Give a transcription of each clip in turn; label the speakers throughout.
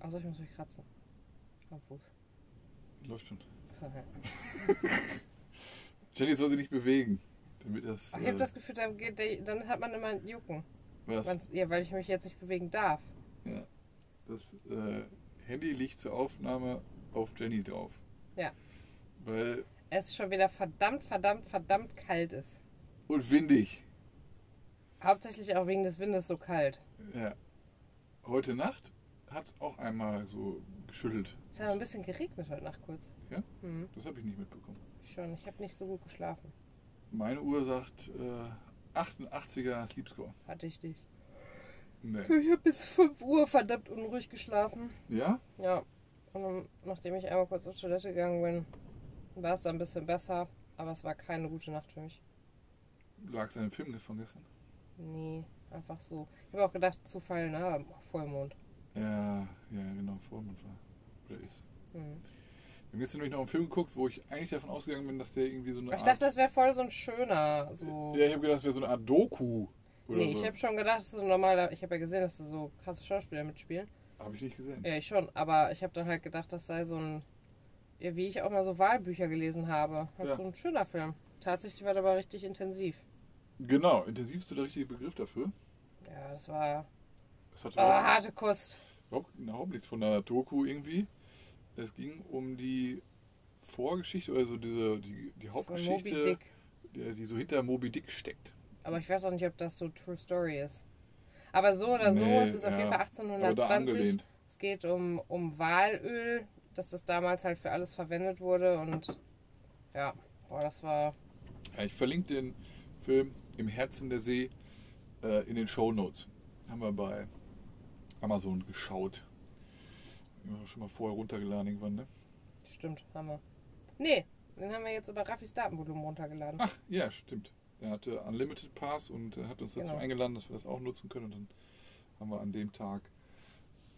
Speaker 1: Also ich muss mich kratzen. Am Fuß.
Speaker 2: Läuft schon.
Speaker 1: Okay.
Speaker 2: Jenny soll sie nicht bewegen, damit das. äh,
Speaker 1: Ach, Ich habe das Gefühl, dann, geht der, dann hat man immer ein Jucken.
Speaker 2: was,
Speaker 1: Man's, ja, weil ich mich jetzt nicht bewegen darf.
Speaker 2: ja, das äh, Handy liegt zur Aufnahme auf Jenny drauf.
Speaker 1: Ja.
Speaker 2: Weil.
Speaker 1: Es schon wieder verdammt, verdammt, verdammt kalt ist.
Speaker 2: Und windig.
Speaker 1: Hauptsächlich auch wegen des Windes so kalt.
Speaker 2: Ja. Heute Nacht hat es auch einmal so geschüttelt.
Speaker 1: Es hat ein bisschen geregnet heute Nacht kurz.
Speaker 2: Ja?
Speaker 1: Hm,
Speaker 2: Das habe ich nicht mitbekommen.
Speaker 1: schon. Ich habe nicht so gut geschlafen.
Speaker 2: Meine Uhr sagt äh, 88er Sleep Score.
Speaker 1: Hatte ich dich.
Speaker 2: Nee.
Speaker 1: Ich habe bis 5 Uhr verdammt unruhig geschlafen.
Speaker 2: Ja?
Speaker 1: Ja. Und dann, nachdem ich einmal kurz zur Toilette gegangen bin, war es dann ein bisschen besser. Aber es war keine gute Nacht für mich.
Speaker 2: Lag es an dem Film von gestern?
Speaker 1: Nee, einfach so. Ich habe auch gedacht, Zufall, ne? aber Vollmond.
Speaker 2: Ja, ja, genau. Vormund war. Oder ist.
Speaker 1: Hm.
Speaker 2: Wir haben gestern nämlich noch einen Film geguckt, wo ich eigentlich davon ausgegangen bin, dass der irgendwie so eine
Speaker 1: Aber Ich
Speaker 2: Art...
Speaker 1: dachte, das wäre voll so ein schöner. So.
Speaker 2: Ja, ich habe gedacht, das wäre so eine Art Doku. Oder
Speaker 1: nee,
Speaker 2: so.
Speaker 1: ich habe schon gedacht, das ist so ein normaler. Ich habe ja gesehen, dass da so krasse Schauspieler mitspielen.
Speaker 2: Hab ich nicht gesehen.
Speaker 1: Ja, ich schon. Aber ich habe dann halt gedacht, das sei so ein. Ja, wie ich auch mal so Wahlbücher gelesen habe. Halt
Speaker 2: Ja.
Speaker 1: so ein schöner Film. Tatsächlich war der aber richtig intensiv.
Speaker 2: Genau, intensivste der richtige Begriff dafür.
Speaker 1: Ja, das war.
Speaker 2: Es hatte
Speaker 1: Ah,
Speaker 2: überhaupt,
Speaker 1: harte Kost.
Speaker 2: überhaupt, überhaupt nichts von einer Doku irgendwie. Es ging um die Vorgeschichte, also diese, die, die
Speaker 1: Von Moby
Speaker 2: Hauptgeschichte,
Speaker 1: Dick.
Speaker 2: die, die so hinter Moby Dick steckt.
Speaker 1: Aber ich weiß auch nicht, ob das so True Story ist. Aber so oder so,
Speaker 2: Nee,
Speaker 1: es ist auf
Speaker 2: ja.
Speaker 1: jeden Fall
Speaker 2: Aber da
Speaker 1: 1820.
Speaker 2: angelehnt.
Speaker 1: Es geht um, um Walöl, dass das damals halt für alles verwendet wurde und ja, boah, das war.
Speaker 2: Ja, ich verlinke den Film Im Herzen der See äh, in den Show Notes. Haben wir bei Amazon geschaut. Immer Schon mal vorher runtergeladen irgendwann, ne?
Speaker 1: Stimmt, haben wir. Nee, den haben wir jetzt über Raffis Datenvolumen runtergeladen.
Speaker 2: Ach, ja, stimmt. Er hatte Unlimited Pass und äh, hat uns dazu
Speaker 1: Genau.
Speaker 2: eingeladen, dass wir das auch nutzen können. Und dann haben wir an dem Tag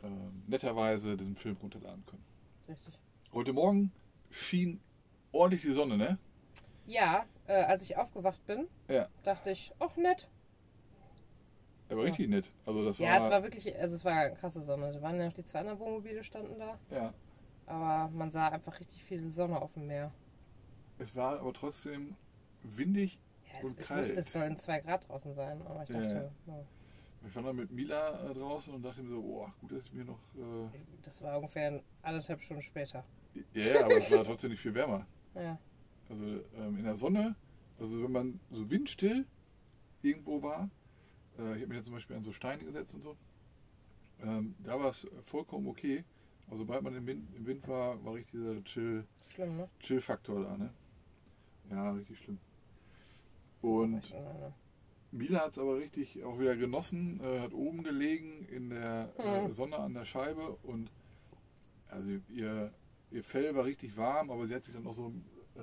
Speaker 2: ähm, netterweise diesen Film runterladen können.
Speaker 1: Richtig.
Speaker 2: Heute Morgen schien ordentlich die Sonne, ne?
Speaker 1: Ja, äh, als ich aufgewacht bin,
Speaker 2: Ja.
Speaker 1: dachte ich, ach nett.
Speaker 2: Aber
Speaker 1: Ja.
Speaker 2: richtig nett. Also das
Speaker 1: Ja,
Speaker 2: war,
Speaker 1: es war wirklich, also es war eine krasse Sonne. Da waren ja noch die zwei anderen Wohnmobile standen da,
Speaker 2: ja,
Speaker 1: aber man sah einfach richtig viel Sonne auf dem Meer.
Speaker 2: es war aber trotzdem windig.
Speaker 1: Ja, es,
Speaker 2: Und
Speaker 1: ich
Speaker 2: kalt.
Speaker 1: wusste, es sollen zwei Grad draußen sein, aber ich
Speaker 2: Ja,
Speaker 1: dachte, oh, ja.
Speaker 2: Ich war dann mit Mila äh, draußen und dachte mir so, boah, gut, dass ich mir noch. Äh,
Speaker 1: das war ungefähr anderthalb Stunden später.
Speaker 2: ja, ja, aber es war trotzdem nicht viel wärmer.
Speaker 1: Ja.
Speaker 2: Also ähm, in der Sonne, also wenn man so windstill irgendwo war, äh, ich habe mich ja zum Beispiel an so Steine gesetzt und so, ähm, da war es vollkommen okay. Aber sobald man im Wind, im Wind war, war richtig dieser Chill,
Speaker 1: Schlimm, ne?
Speaker 2: Chill-Faktor da, ne? Ja, richtig schlimm.
Speaker 1: Das
Speaker 2: Und
Speaker 1: war echt unangenehm.
Speaker 2: Mila hat es aber richtig auch wieder genossen, äh, hat oben gelegen in der äh,
Speaker 1: Mhm.
Speaker 2: Sonne an der Scheibe und also ihr, ihr Fell war richtig warm, aber sie hat sich dann auch so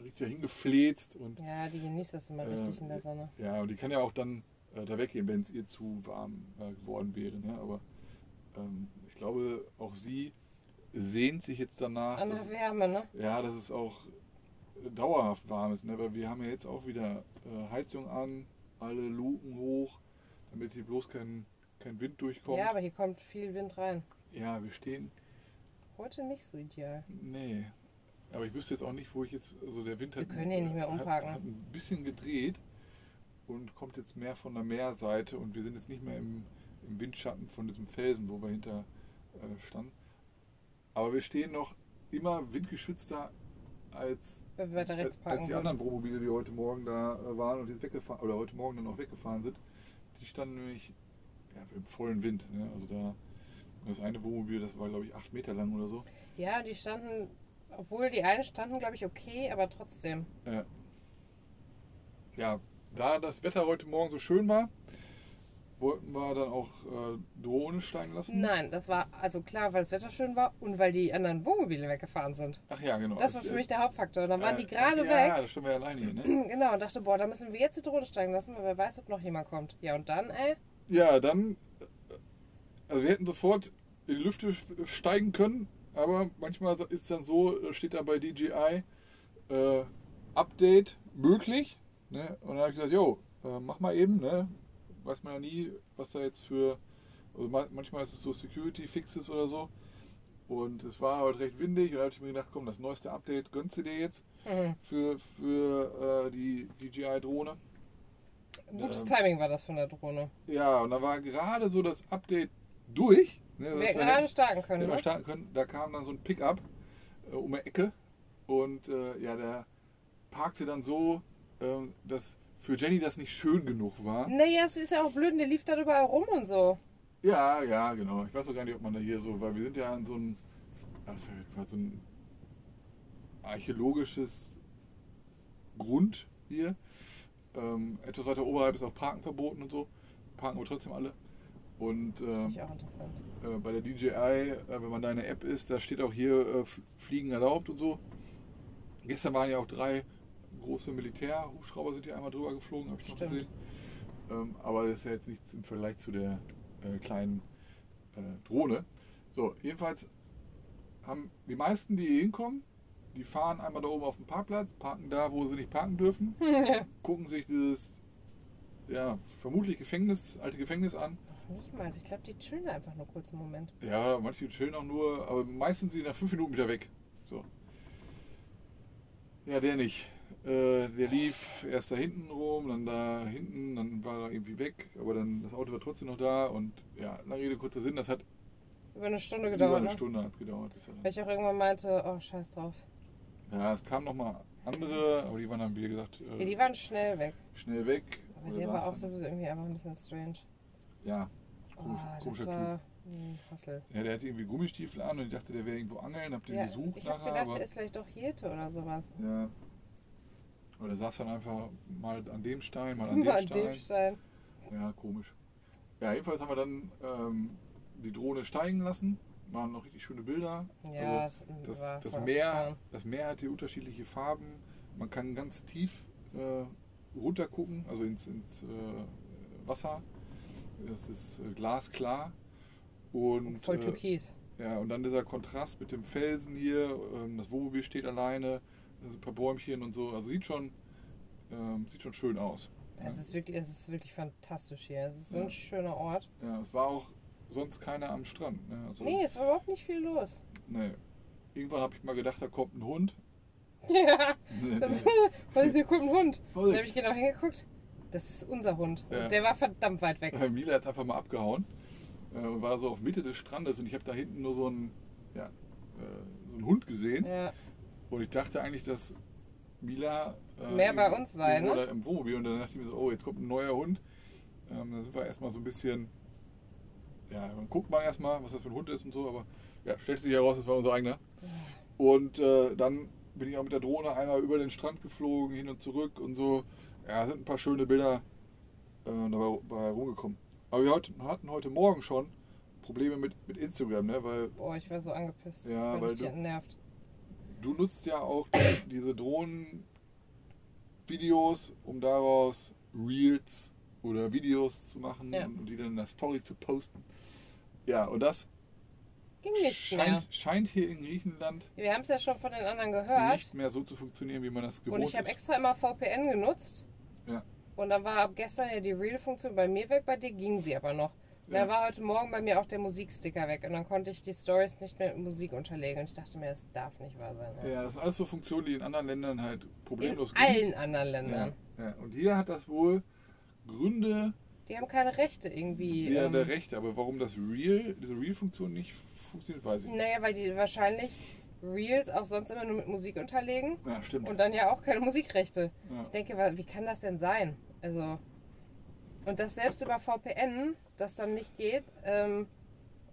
Speaker 2: richtig hingefläzt und
Speaker 1: Ja, die genießt das immer
Speaker 2: Äh,
Speaker 1: richtig in der Sonne.
Speaker 2: Ja, und die kann ja auch dann äh, da weggehen, wenn es ihr zu warm äh, geworden wäre. Ne? Aber ähm, ich glaube, auch sie sehnt sich jetzt danach,
Speaker 1: An
Speaker 2: dass,
Speaker 1: der Wärme, ne?
Speaker 2: ja, dass es auch dauerhaft warm ist. Ne? Weil wir haben ja jetzt auch wieder äh, Heizung an, alle Luken hoch, damit hier bloß kein, kein Wind durchkommt.
Speaker 1: Ja, aber hier kommt viel Wind rein.
Speaker 2: ja, wir stehen.
Speaker 1: Heute nicht so ideal.
Speaker 2: Nee. Aber ich wüsste jetzt auch nicht, wo ich jetzt. Also der Wind
Speaker 1: Wir
Speaker 2: hat,
Speaker 1: können hier nicht mehr
Speaker 2: hat,
Speaker 1: umparken.
Speaker 2: hat ein bisschen gedreht und kommt jetzt mehr von der Meerseite und wir sind jetzt nicht mehr im, im Windschatten von diesem Felsen, wo wir hinter äh, standen. Aber wir stehen noch immer windgeschützter als,
Speaker 1: Wenn wir weiter rechts
Speaker 2: Äh, als
Speaker 1: parken
Speaker 2: die
Speaker 1: würden.
Speaker 2: anderen Wohnmobile, die heute Morgen da äh, waren und jetzt weggefahren oder heute Morgen dann auch weggefahren sind. Die standen nämlich ja, im vollen Wind. Ne? Also da das eine Wohnmobil, das war glaube ich acht Meter lang oder so.
Speaker 1: Ja, und die standen, obwohl die einen standen, glaube ich, okay, aber trotzdem.
Speaker 2: Äh, ja, da das Wetter heute Morgen so schön war, wollten wir dann auch äh, Drohne steigen lassen.
Speaker 1: Nein, das war also klar, weil das Wetter schön war und weil die anderen Wohnmobile weggefahren sind.
Speaker 2: Ach ja, genau.
Speaker 1: Das war für mich der Hauptfaktor. Und dann waren die gerade
Speaker 2: ja, Ja,
Speaker 1: weg.
Speaker 2: da stehen wir alleine hier, ne?
Speaker 1: Genau, und dachte, boah, da müssen wir jetzt die Drohne steigen lassen, weil wer weiß, ob noch jemand kommt. Ja, und dann, ey,
Speaker 2: Ja, dann. äh, Also wir hätten sofort in die Lüfte sch- steigen können, aber manchmal ist dann so, äh, steht da bei DJI äh, Update möglich. Ne? Und dann habe ich gesagt, jo, äh, mach mal eben, ne? weiß man ja nie, was da jetzt für. Also ma- manchmal ist es so Security-Fixes oder so. Und es war heute recht windig und da habe ich mir gedacht, komm, das neueste Update gönnst du dir jetzt
Speaker 1: Mhm.
Speaker 2: für, für äh, die DJI-Drohne.
Speaker 1: Gutes
Speaker 2: Ähm.
Speaker 1: Timing war das von der Drohne.
Speaker 2: Ja, und da war gerade so das Update durch. Ne,
Speaker 1: Wir
Speaker 2: das
Speaker 1: hätten
Speaker 2: wir
Speaker 1: gerade starten
Speaker 2: hätten
Speaker 1: können.
Speaker 2: wir
Speaker 1: Ne?
Speaker 2: starten können. Da kam dann so ein Pickup äh, um eine Ecke und äh, ja, der parkte dann so, ähm, dass für Jenny das nicht schön genug war.
Speaker 1: Naja, es ist ja auch blöd, und der lief da überall rum und so.
Speaker 2: Ja, ja, genau. Ich weiß auch gar nicht, ob man da hier so, weil wir sind ja an so ein, ach, sorry, Quatsch, so ein archäologisches Grund hier. Ähm, etwas weiter oberhalb ist auch Parken verboten und so. Parken aber trotzdem alle. Und ähm,
Speaker 1: Finde ich auch interessant.
Speaker 2: äh, bei der DJI, äh, wenn man da in der App ist, da steht auch hier äh, F- Fliegen erlaubt und so. Gestern waren ja auch drei große Militärhubschrauber sind hier einmal drüber geflogen, habe ich noch
Speaker 1: Stimmt.
Speaker 2: gesehen. Ähm, aber das ist ja jetzt nichts im Vergleich zu der äh, kleinen äh, Drohne. So, jedenfalls haben die meisten, die hier hinkommen, die fahren einmal da oben auf den Parkplatz, parken da, wo sie nicht parken dürfen, gucken sich dieses ja, vermutlich Gefängnis, alte Gefängnis an
Speaker 1: Nicht mal. Ich glaube, die chillen da einfach nur kurz einen Moment.
Speaker 2: ja, manche chillen auch nur, aber meistens sind sie nach fünf Minuten wieder weg. So. Ja, der nicht. Äh, der lief erst da hinten rum, dann da hinten, dann war er irgendwie weg, aber dann das Auto war trotzdem noch da und ja, lange Rede, kurzer Sinn, das hat
Speaker 1: Über eine Stunde
Speaker 2: über
Speaker 1: gedauert,
Speaker 2: eine
Speaker 1: ne?
Speaker 2: Stunde hat's gedauert. Bis er dann
Speaker 1: Weil ich auch irgendwann meinte, oh, scheiß drauf.
Speaker 2: ja, es kamen nochmal andere, aber die waren dann, wie gesagt, äh,
Speaker 1: Ja, die waren schnell weg.
Speaker 2: schnell weg.
Speaker 1: Aber
Speaker 2: Oder
Speaker 1: der
Speaker 2: saß
Speaker 1: war auch
Speaker 2: dann-
Speaker 1: sowieso irgendwie einfach ein bisschen strange.
Speaker 2: ja,
Speaker 1: Oh,
Speaker 2: komisch,
Speaker 1: das
Speaker 2: komischer Typ.
Speaker 1: war ein Hassel.
Speaker 2: Ja, der hatte irgendwie Gummistiefel an und ich dachte, der wäre irgendwo angeln, hab den
Speaker 1: Ja,
Speaker 2: gesucht
Speaker 1: ich
Speaker 2: nachher.
Speaker 1: habe gedacht,
Speaker 2: aber...
Speaker 1: der ist vielleicht doch Hirte oder sowas.
Speaker 2: Ja. Oder saß dann einfach mal an dem Stein, mal an dem
Speaker 1: Nur an
Speaker 2: Stein.
Speaker 1: dem Stein.
Speaker 2: Ja, komisch. Ja, jedenfalls haben wir dann ähm, die Drohne steigen lassen. Waren noch richtig schöne Bilder.
Speaker 1: Ja,
Speaker 2: Also,
Speaker 1: das,
Speaker 2: das,
Speaker 1: war
Speaker 2: das,
Speaker 1: voll
Speaker 2: Meer,
Speaker 1: abgefahren.
Speaker 2: das Meer hat hier unterschiedliche Farben. Man kann ganz tief äh, runter gucken, also ins, ins äh, Wasser. Es ist äh, glasklar. Und,
Speaker 1: voll
Speaker 2: äh,
Speaker 1: türkis.
Speaker 2: ja, und dann dieser Kontrast mit dem Felsen hier, ähm, das Wohnmobil steht alleine, also ein paar Bäumchen und so, also sieht schon, ähm, sieht schon schön aus.
Speaker 1: Es ist wirklich, es ist wirklich fantastisch hier. Es ist so
Speaker 2: Ja.
Speaker 1: ein schöner Ort.
Speaker 2: Ja, es war auch sonst keiner am Strand. Ne? Also,
Speaker 1: Nee, es war überhaupt nicht viel los.
Speaker 2: nee. Irgendwann habe ich mal gedacht, da kommt ein Hund.
Speaker 1: Ja,
Speaker 2: Nee, nee.
Speaker 1: weil hier kommt ein Hund. Dann habe ich
Speaker 2: Vorsicht.
Speaker 1: genau hingeguckt. Das ist unser Hund.
Speaker 2: Ja.
Speaker 1: Und der war verdammt weit weg.
Speaker 2: Äh, Mila hat einfach mal abgehauen äh, und war so auf Mitte des Strandes und ich habe da hinten nur so einen, ja, äh, so einen Hund gesehen.
Speaker 1: Ja,
Speaker 2: Und ich dachte eigentlich, dass Mila
Speaker 1: Mehr bei uns sei,
Speaker 2: irgendwo
Speaker 1: ne?
Speaker 2: da Im Wohnmobil. Und dann dachte ich mir so, oh, jetzt kommt ein neuer Hund. Ähm, dann sind wir erstmal so ein bisschen. Ja, dann guckt man erstmal, was das für ein Hund ist und so. Aber ja, stellte sich heraus, das war unser eigener. Und äh, dann bin ich auch mit der Drohne einmal über den Strand geflogen, hin und zurück und so. Ja, sind ein paar schöne Bilder äh, dabei, dabei rumgekommen. Aber wir heute, hatten heute Morgen schon Probleme mit, mit Instagram, ne? weil
Speaker 1: boah, ich war so angepisst,
Speaker 2: Ja,
Speaker 1: weil
Speaker 2: weil
Speaker 1: mich die
Speaker 2: du-
Speaker 1: nervt.
Speaker 2: Du nutzt ja auch die, diese Drohnen-Videos, um daraus Reels oder Videos zu machen
Speaker 1: Ja.
Speaker 2: und die dann in der Story zu posten. Ja, und das
Speaker 1: Ging nicht mehr.
Speaker 2: scheint, scheint hier in Griechenland
Speaker 1: Wir haben es ja schon von den anderen gehört.
Speaker 2: nicht mehr so zu funktionieren, wie man das gewohnt
Speaker 1: Und ich habe
Speaker 2: ist.
Speaker 1: extra immer VPN genutzt.
Speaker 2: Ja.
Speaker 1: Und dann war ab gestern ja die Real-Funktion bei mir weg, bei dir ging sie aber noch. Und dann
Speaker 2: Ja.
Speaker 1: war heute Morgen bei mir auch der Musiksticker weg. Und dann konnte ich die Stories nicht mehr mit Musik unterlegen. Und ich dachte mir, das darf nicht wahr sein. ey.
Speaker 2: Ja, das sind alles so Funktionen, die in anderen Ländern halt
Speaker 1: In
Speaker 2: problemlos
Speaker 1: allen anderen
Speaker 2: gehen. Ja,
Speaker 1: Ländern.
Speaker 2: ja. Und hier hat das wohl Gründe
Speaker 1: Die haben keine Rechte irgendwie.
Speaker 2: ja,
Speaker 1: ähm,
Speaker 2: der Rechte, aber warum das Reel, diese Reel-Funktion nicht funktioniert, weiß ich nicht.
Speaker 1: Naja, weil die wahrscheinlich Reels auch sonst immer nur mit Musik unterlegen.
Speaker 2: Ja, stimmt.
Speaker 1: Und dann ja auch keine Musikrechte.
Speaker 2: ja.
Speaker 1: Ich denke, wa- wie kann das denn sein? Also, und das selbst über VPN, das dann nicht geht, ähm,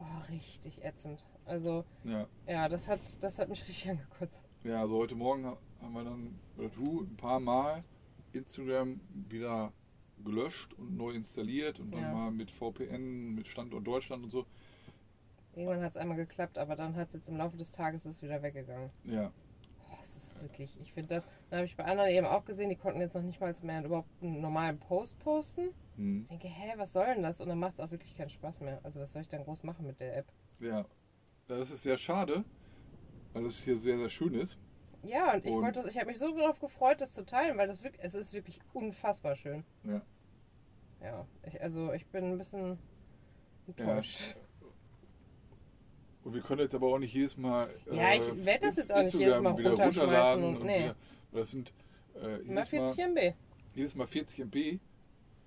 Speaker 1: oh, richtig ätzend. Also,
Speaker 2: ja.
Speaker 1: ja, das hat, das hat mich richtig angekotzt.
Speaker 2: Ja, also heute Morgen ha- haben wir dann, oder du, ein paar Mal Instagram wieder gelöscht und neu installiert und dann
Speaker 1: Ja.
Speaker 2: mal mit VPN, mit Standort Deutschland und so.
Speaker 1: Irgendwann hat es einmal geklappt, aber dann hat es jetzt im Laufe des Tages ist wieder weggegangen.
Speaker 2: Ja,
Speaker 1: Oh, das ist wirklich, ich finde das, dann habe ich bei anderen eben auch gesehen, die konnten jetzt noch nicht mal mehr überhaupt einen normalen Post posten.
Speaker 2: hm.
Speaker 1: Ich denke, hä, was soll denn das? Und dann macht es auch wirklich keinen Spaß mehr. Also, was soll ich denn groß machen mit der App?
Speaker 2: ja. Das ist sehr schade, weil es hier sehr, sehr schön ist.
Speaker 1: Ja, und ich
Speaker 2: Und-
Speaker 1: wollte das, ich habe mich so darauf gefreut, das zu teilen, weil das wirklich, es ist wirklich unfassbar schön. Ja, ich, also ich bin ein bisschen enttäuscht.
Speaker 2: Und wir können jetzt aber auch nicht jedes Mal.
Speaker 1: Ja, ich werd das
Speaker 2: ins-
Speaker 1: jetzt auch nicht jedes
Speaker 2: Instagram
Speaker 1: Mal
Speaker 2: wieder
Speaker 1: runterschmeißen
Speaker 2: runterladen.
Speaker 1: und-
Speaker 2: Und
Speaker 1: nee.
Speaker 2: wieder, das sind äh,
Speaker 1: Immer
Speaker 2: jedes, Mal,
Speaker 1: 40 MB.
Speaker 2: jedes Mal 40 MB,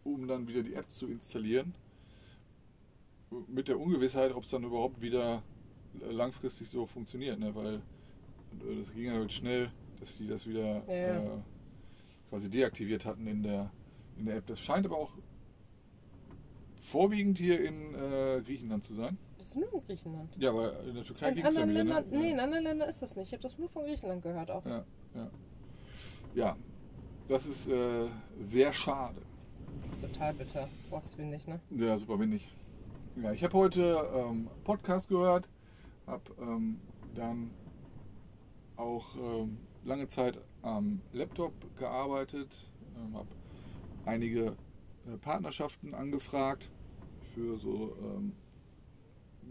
Speaker 2: um dann wieder die App zu installieren. Mit der Ungewissheit, ob es dann überhaupt wieder langfristig so funktioniert. Ne? Weil äh, das ging ja jetzt schnell, dass die das wieder
Speaker 1: Ja, ja.
Speaker 2: Äh, quasi deaktiviert hatten in der, in der App. Das scheint aber auch vorwiegend hier in äh, Griechenland zu sein.
Speaker 1: Das ist nur in Griechenland.
Speaker 2: Ja, aber in der Türkei
Speaker 1: In
Speaker 2: ging es ja
Speaker 1: anderen
Speaker 2: wieder.
Speaker 1: Ländern,
Speaker 2: Ne?
Speaker 1: nee, ne?
Speaker 2: ja.
Speaker 1: in anderen Ländern ist das nicht. Ich habe das nur von Griechenland gehört auch.
Speaker 2: Ja, ja. ja, das ist äh, sehr schade.
Speaker 1: Total bitter. Boah, das finde ich, ne?
Speaker 2: Ja, super windig. Ja, ich habe heute ähm, Podcast gehört, habe ähm, dann auch ähm, lange Zeit am Laptop gearbeitet, ähm, habe einige äh, Partnerschaften angefragt für so ähm,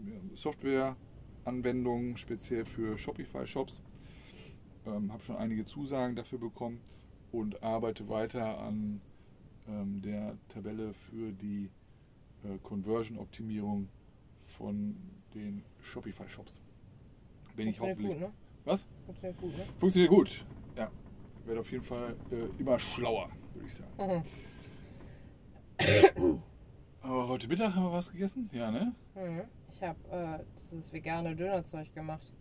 Speaker 2: ja, Softwareanwendungen, speziell für Shopify-Shops. Ähm, habe schon einige Zusagen dafür bekommen und arbeite weiter an ähm, der Tabelle für die äh, Conversion-Optimierung von den Shopify-Shops. Bin ich
Speaker 1: Funktioniert gut,
Speaker 2: hoffentlich.
Speaker 1: ne?
Speaker 2: Was?
Speaker 1: Funktioniert gut, ne?
Speaker 2: Funktioniert gut. Ja. Werde auf jeden Fall äh, immer schlauer, würde ich sagen.
Speaker 1: Mhm.
Speaker 2: Aber heute Mittag haben wir was gegessen? Ja, ne?
Speaker 1: Mhm. Ich habe äh, dieses vegane Dönerzeug gemacht.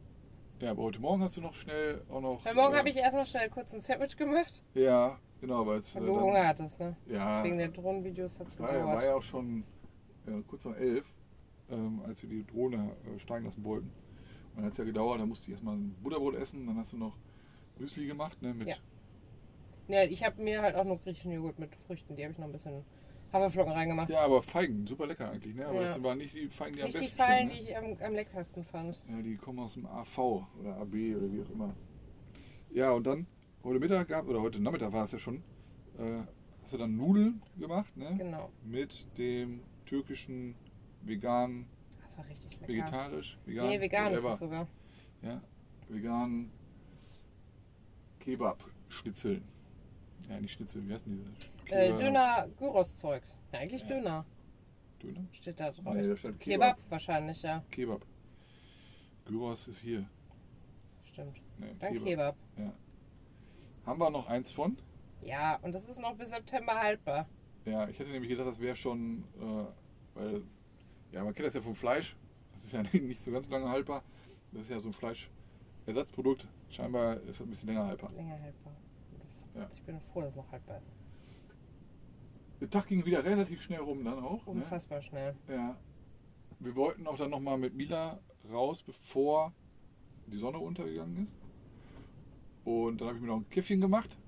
Speaker 2: Ja, aber heute Morgen hast du noch schnell auch noch.
Speaker 1: Heute Morgen
Speaker 2: äh,
Speaker 1: habe ich erstmal schnell kurz ein Sandwich gemacht,
Speaker 2: Ja, genau, weil es.
Speaker 1: weil
Speaker 2: äh,
Speaker 1: du
Speaker 2: dann-
Speaker 1: Hunger hattest, ne?
Speaker 2: Ja,
Speaker 1: Wegen der Drohnenvideos hat es
Speaker 2: war ja, war
Speaker 1: gedauert.
Speaker 2: ja auch schon äh, kurz nach elf, ähm, als wir die Drohne äh, steigen lassen wollten. Und dann hat es ja gedauert, dann musste ich erstmal ein Butterbrot essen, dann hast du noch Müsli gemacht, ne? Mit,
Speaker 1: Ja. Ja, ich habe mir halt auch nur griechischen Joghurt mit Früchten, die habe ich noch ein bisschen Haferflocken reingemacht.
Speaker 2: Ja, aber Feigen, super lecker eigentlich, ne? Aber
Speaker 1: Ja.
Speaker 2: das waren nicht die Feigen, die am
Speaker 1: Nicht die
Speaker 2: besten
Speaker 1: Fallen,
Speaker 2: schmecken,
Speaker 1: die ich am, am leckersten fand.
Speaker 2: ne? Ja, die kommen aus dem AV oder AB oder wie auch immer. Ja, und dann heute Mittag gab, oder heute Nachmittag war es ja schon, äh, hast du dann Nudeln gemacht, ne?
Speaker 1: Genau.
Speaker 2: mit dem türkischen veganen,
Speaker 1: Das war richtig lecker.
Speaker 2: vegetarisch, vegan,
Speaker 1: nee, vegan ist
Speaker 2: whatever,
Speaker 1: es sogar.
Speaker 2: ja, veganen Kebab-Schnitzeln. Ja, nicht Schnitzel, wie heißen diese?
Speaker 1: Äh,
Speaker 2: Kebab-
Speaker 1: Döner Gyros-Zeugs. Ja, eigentlich
Speaker 2: Ja.
Speaker 1: Döner
Speaker 2: Döner?
Speaker 1: steht da drauf.
Speaker 2: Nee, da steht
Speaker 1: Kebab
Speaker 2: Kebab.
Speaker 1: wahrscheinlich, ja.
Speaker 2: Kebab. Gyros ist hier.
Speaker 1: Stimmt.
Speaker 2: Nee,
Speaker 1: Dann
Speaker 2: Kebab.
Speaker 1: Kebab.
Speaker 2: Haben wir noch eins von?
Speaker 1: Ja, und das ist noch bis September haltbar.
Speaker 2: Ja, ich hätte nämlich gedacht, das wäre schon, äh, weil, ja, man kennt das ja vom Fleisch. Das ist ja nicht so ganz lange haltbar. Das ist ja so ein Fleischersatzprodukt. Scheinbar ist das ein bisschen länger haltbar.
Speaker 1: Länger haltbar.
Speaker 2: Ja.
Speaker 1: Ich bin froh, dass es noch haltbar ist.
Speaker 2: Der Tag ging wieder relativ schnell rum dann auch. Ne?
Speaker 1: Unfassbar schnell.
Speaker 2: Ja. Wir wollten auch dann nochmal mit Mila raus, bevor die Sonne untergegangen ist. Und dann habe ich mir noch ein Kiffchen gemacht.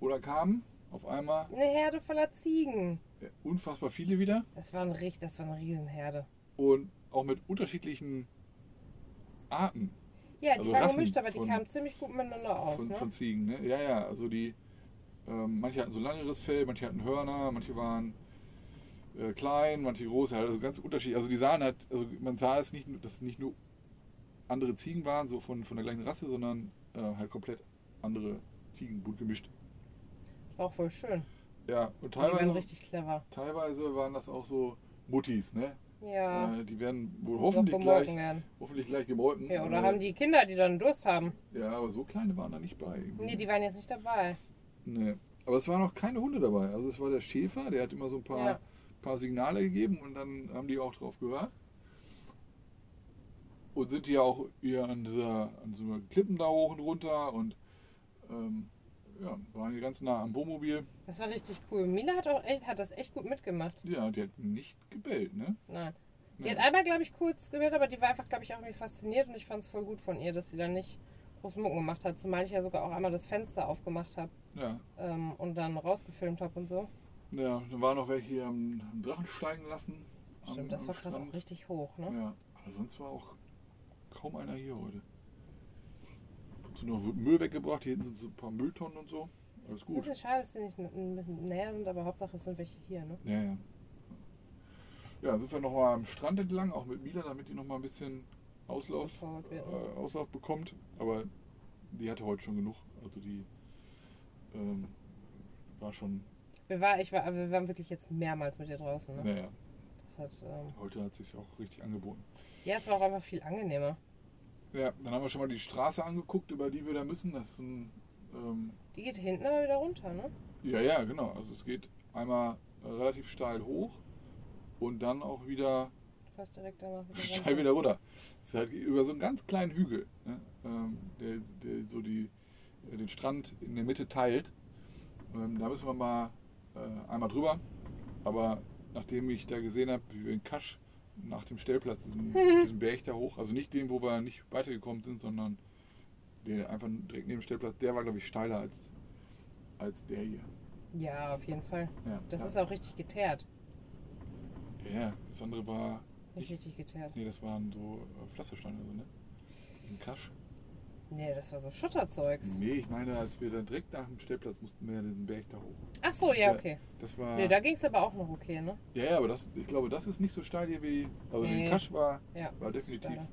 Speaker 2: Oder kamen auf einmal
Speaker 1: Eine Herde voller Ziegen.
Speaker 2: äh, unfassbar viele wieder.
Speaker 1: Das war, ein, Richt- das war eine Riesenherde.
Speaker 2: Und auch mit unterschiedlichen Arten
Speaker 1: Ja, die
Speaker 2: Also
Speaker 1: waren
Speaker 2: Rassen
Speaker 1: gemischt, aber die
Speaker 2: von-
Speaker 1: kamen ziemlich gut miteinander aus.
Speaker 2: von,
Speaker 1: ne?
Speaker 2: von Ziegen. Ne? Ja, ja, also die, ähm, manche hatten so langeres Fell, manche hatten Hörner, manche waren äh, klein, manche groß, halt, also ganz unterschiedlich. Also die sahen halt, also man sah es nicht, nur- dass es nicht nur andere Ziegen waren, so von, von der gleichen Rasse, sondern äh, halt komplett andere Ziegen, gut gemischt.
Speaker 1: War auch voll schön.
Speaker 2: Ja, und
Speaker 1: Die waren
Speaker 2: teilweise,
Speaker 1: richtig clever.
Speaker 2: teilweise waren das auch so Muttis, ne?
Speaker 1: Ja.
Speaker 2: Äh, die werden wohl
Speaker 1: muss noch
Speaker 2: hoffentlich
Speaker 1: gemolken
Speaker 2: gleich,
Speaker 1: werden.
Speaker 2: hoffentlich gleich gemolken.
Speaker 1: Ja, oder
Speaker 2: aber-
Speaker 1: haben die Kinder, die dann Durst haben?
Speaker 2: ja, aber so kleine waren da nicht bei. irgendwie.
Speaker 1: Nee, die waren jetzt nicht dabei.
Speaker 2: Nee. Aber es waren noch keine Hunde dabei. Also es war der Schäfer, der hat immer so ein paar,
Speaker 1: Ja.
Speaker 2: paar Signale gegeben und dann haben die auch drauf gehört. Und sind die ja auch hier an, dieser, an so einer Klippen da hoch und runter und ähm, ja, waren hier ganz nah am Wohnmobil.
Speaker 1: Das war richtig cool. Mila hat auch echt, hat das echt gut mitgemacht.
Speaker 2: Ja, die hat nicht gebellt, ne?
Speaker 1: Nein. Die
Speaker 2: Nee.
Speaker 1: hat einmal, glaube ich, kurz gehört, aber die war einfach, glaube ich, auch irgendwie fasziniert und ich fand es voll gut von ihr, dass sie dann nicht groß Mucken gemacht hat. Zumal ich ja sogar auch einmal das Fenster aufgemacht habe
Speaker 2: Ja.
Speaker 1: ähm, und dann rausgefilmt habe und so.
Speaker 2: ja, dann waren noch welche hier am, am Drachen steigen lassen. am-
Speaker 1: Stimmt, das
Speaker 2: am
Speaker 1: war krass auch
Speaker 2: Strand.
Speaker 1: richtig hoch, ne?
Speaker 2: Ja, aber sonst war auch kaum einer hier heute. Hast du noch Müll weggebracht? Hier hinten sind so ein paar Mülltonnen und so. Alles
Speaker 1: Ein
Speaker 2: gut.
Speaker 1: bisschen schade, dass die nicht ein bisschen näher sind, aber Hauptsache es sind welche hier, ne?
Speaker 2: Ja, ja. Ja, sind wir nochmal am Strand entlang, auch mit Mila, damit die nochmal ein bisschen Auslauf,
Speaker 1: Forward
Speaker 2: äh,
Speaker 1: wird, ne?
Speaker 2: Auslauf bekommt. Aber die hatte heute schon genug. Also die ähm, war schon
Speaker 1: Wir, war, ich war, wir waren wirklich jetzt mehrmals mit ihr draußen. Ne?
Speaker 2: Naja,
Speaker 1: Das hat, ähm,
Speaker 2: heute hat es sich auch richtig angeboten.
Speaker 1: ja, es war auch einfach viel angenehmer.
Speaker 2: Ja, dann haben wir schon mal die Straße angeguckt, über die wir da müssen. Das ist ein, ähm,
Speaker 1: Die geht hinten aber wieder runter, ne?
Speaker 2: ja, ja, genau. Also es geht einmal äh, relativ steil hoch und dann auch wieder
Speaker 1: Fast direkt danach wieder
Speaker 2: steil
Speaker 1: runter.
Speaker 2: wieder runter. Es ist halt über so einen ganz kleinen Hügel, ne? ähm, der, der so die, äh, den Strand in der Mitte teilt. Ähm, da müssen wir mal äh, einmal drüber. Aber nachdem ich da gesehen habe, wie wir in Kasch nach dem Stellplatz, diesen, diesen Berg da hoch, also nicht den, wo wir nicht weitergekommen sind, sondern den einfach direkt neben dem Stellplatz, der war, glaube ich, steiler als, als der hier.
Speaker 1: Ja, auf jeden Fall.
Speaker 2: Ja,
Speaker 1: Das
Speaker 2: ja.
Speaker 1: ist auch richtig geteert.
Speaker 2: Ja, ja, das andere war,
Speaker 1: Nicht richtig geteert.
Speaker 2: nee, das waren so äh, Pflastersteine, so, ne? In Kasch.
Speaker 1: Nee, das war so Schotterzeugs.
Speaker 2: Nee, ich meine, als wir dann direkt nach dem Stellplatz mussten wir ja diesen Berg da hoch.
Speaker 1: Ach so, ja,
Speaker 2: Ja. Ah.
Speaker 1: okay.
Speaker 2: Das war.
Speaker 1: Nee, da ging es aber auch noch okay, ne?
Speaker 2: ja, ja, aber das, ich glaube, das ist nicht so steil hier wie. Also
Speaker 1: Nee.
Speaker 2: der Kasch war,
Speaker 1: Ja.
Speaker 2: war definitiv
Speaker 1: Steiler.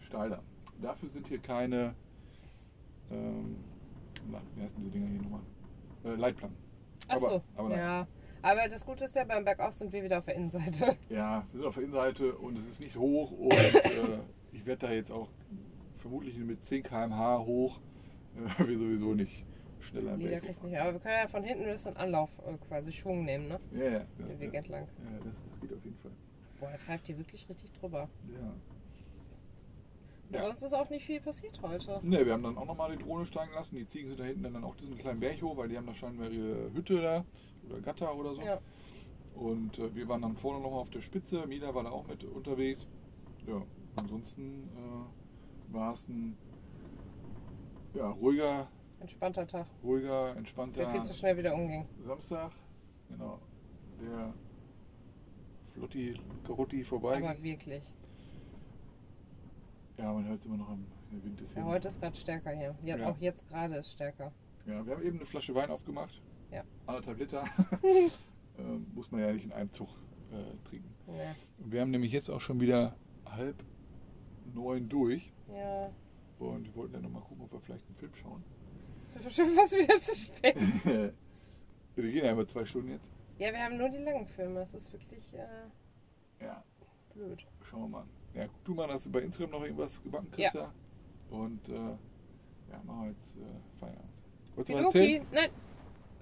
Speaker 2: steiler. Dafür sind hier keine. Ähm, na, wie heißen diese Dinger hier nochmal? Äh, Leitplanken.
Speaker 1: Ach
Speaker 2: Aber-
Speaker 1: so,
Speaker 2: aber nein.
Speaker 1: ja. Aber das Gute ist ja, beim Bergauf sind wir wieder auf der Innenseite.
Speaker 2: Ja, wir sind auf der Innenseite und es ist nicht hoch und äh, ich werde da jetzt auch vermutlich mit 10 km/h hoch. Äh, wir sowieso nicht schneller am
Speaker 1: Nee, da
Speaker 2: Berg
Speaker 1: kriegst du
Speaker 2: hoch.
Speaker 1: nicht mehr. Aber wir können ja von hinten ein bisschen Anlauf äh, quasi Schwung nehmen, ne?
Speaker 2: Ja, ja, das,
Speaker 1: Den
Speaker 2: ja,
Speaker 1: Weg entlang.
Speaker 2: das, das geht auf jeden Fall.
Speaker 1: Boah, er pfeift hier wirklich richtig drüber.
Speaker 2: Ja.
Speaker 1: Und
Speaker 2: Ja.
Speaker 1: Sonst ist auch nicht viel passiert heute.
Speaker 2: Ne, wir haben dann auch nochmal die Drohne steigen lassen. Die Ziegen sind da hinten dann auch diesen kleinen Berg hoch, weil die haben da scheinbar ihre Hütte da oder Gatter oder so.
Speaker 1: Ja.
Speaker 2: Und äh, wir waren dann vorne nochmal auf der Spitze. Mila war da auch mit unterwegs. Ja, ansonsten äh, war es ein ja, ruhiger,
Speaker 1: Entspannter Tag,
Speaker 2: ruhiger,
Speaker 1: der
Speaker 2: entspannter
Speaker 1: viel zu schnell wieder umging.
Speaker 2: Samstag. Genau. Der Flotti Karotti vorbei.
Speaker 1: Aber wirklich.
Speaker 2: ja, man hört es immer noch am der Wind ist
Speaker 1: Ja,
Speaker 2: hin.
Speaker 1: heute ist gerade stärker hier. Jetzt,
Speaker 2: Ja.
Speaker 1: Auch jetzt gerade ist stärker.
Speaker 2: Ja, wir haben eben eine Flasche Wein aufgemacht.
Speaker 1: Ja.
Speaker 2: Anderthalb Liter. ähm, muss man ja nicht in einem Zug äh, trinken.
Speaker 1: Ja.
Speaker 2: Und wir haben nämlich jetzt auch schon wieder halb neun durch.
Speaker 1: ja.
Speaker 2: Und wir wollten ja nochmal gucken, ob wir vielleicht einen Film schauen. Äh,
Speaker 1: Es wird schon fast wieder zu spät.
Speaker 2: wir gehen ja immer zwei Stunden jetzt.
Speaker 1: Ja, wir haben nur die langen Filme. Das ist wirklich äh,
Speaker 2: Ja,
Speaker 1: blöd.
Speaker 2: schauen wir mal. Ja, guck du mal, hast du bei Instagram noch irgendwas gebacken, Christa? Und äh, ja, machen wir jetzt äh, Feierabend. Wolltest du was erzählen?
Speaker 1: Nein.